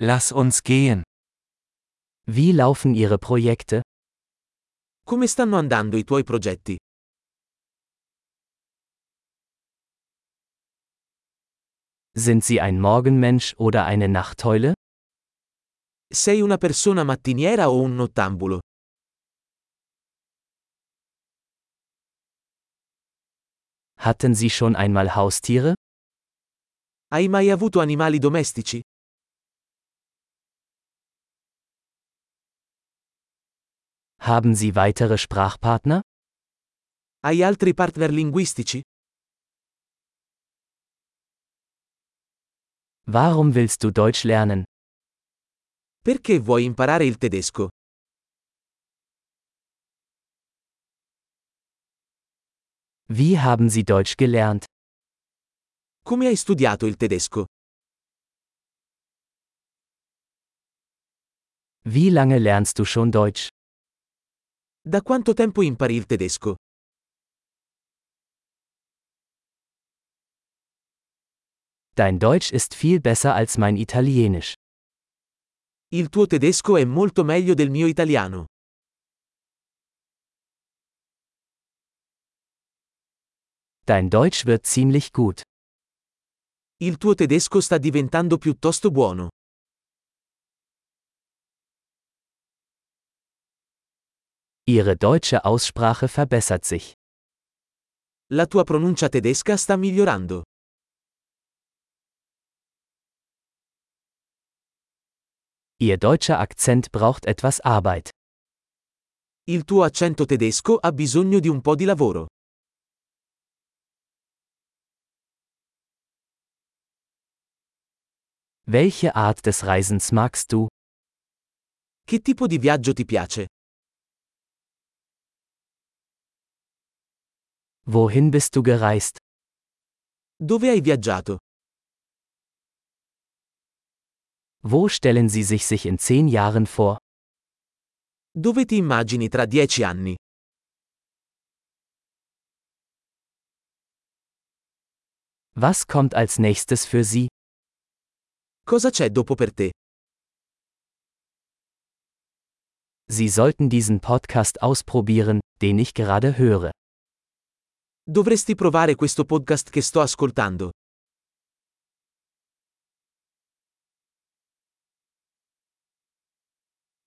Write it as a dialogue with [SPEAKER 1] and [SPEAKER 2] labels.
[SPEAKER 1] Lass uns gehen.
[SPEAKER 2] Wie laufen Ihre Projekte?
[SPEAKER 3] Come stanno andando i tuoi progetti?
[SPEAKER 2] Sind Sie ein Morgenmensch oder eine Nachteule?
[SPEAKER 3] Sei una persona mattiniera o un nottambulo?
[SPEAKER 2] Hatten Sie schon einmal Haustiere?
[SPEAKER 3] Hai mai avuto animali domestici?
[SPEAKER 2] Haben Sie weitere Sprachpartner?
[SPEAKER 3] Hai altri partner linguistici?
[SPEAKER 2] Warum willst du Deutsch lernen?
[SPEAKER 3] Perché vuoi imparare il tedesco?
[SPEAKER 2] Wie haben Sie Deutsch gelernt?
[SPEAKER 3] Come hai studiato il tedesco?
[SPEAKER 2] Wie lange lernst du schon Deutsch?
[SPEAKER 3] Da quanto tempo impari il tedesco?
[SPEAKER 2] Dein Deutsch ist viel besser als mein Italienisch.
[SPEAKER 3] Il tuo tedesco è molto meglio del mio italiano.
[SPEAKER 2] Dein Deutsch wird ziemlich gut.
[SPEAKER 3] Il tuo tedesco sta diventando piuttosto buono.
[SPEAKER 2] Ihre deutsche Aussprache verbessert sich.
[SPEAKER 3] La tua pronuncia tedesca sta migliorando.
[SPEAKER 2] Ihr deutscher Akzent braucht etwas Arbeit.
[SPEAKER 3] Il tuo accento tedesco ha bisogno di un po' di lavoro.
[SPEAKER 2] Welche Art des Reisens magst du?
[SPEAKER 3] Che tipo di viaggio ti piace?
[SPEAKER 2] Wohin bist du gereist?
[SPEAKER 3] Dove hai viaggiato?
[SPEAKER 2] Wo stellen Sie sich sich in zehn Jahren vor?
[SPEAKER 3] Dove ti immagini tra dieci anni?
[SPEAKER 2] Was kommt als nächstes für Sie?
[SPEAKER 3] Cosa c'è dopo per te?
[SPEAKER 2] Sie sollten diesen Podcast ausprobieren, den ich gerade höre.
[SPEAKER 3] Dovresti provare questo podcast che sto ascoltando.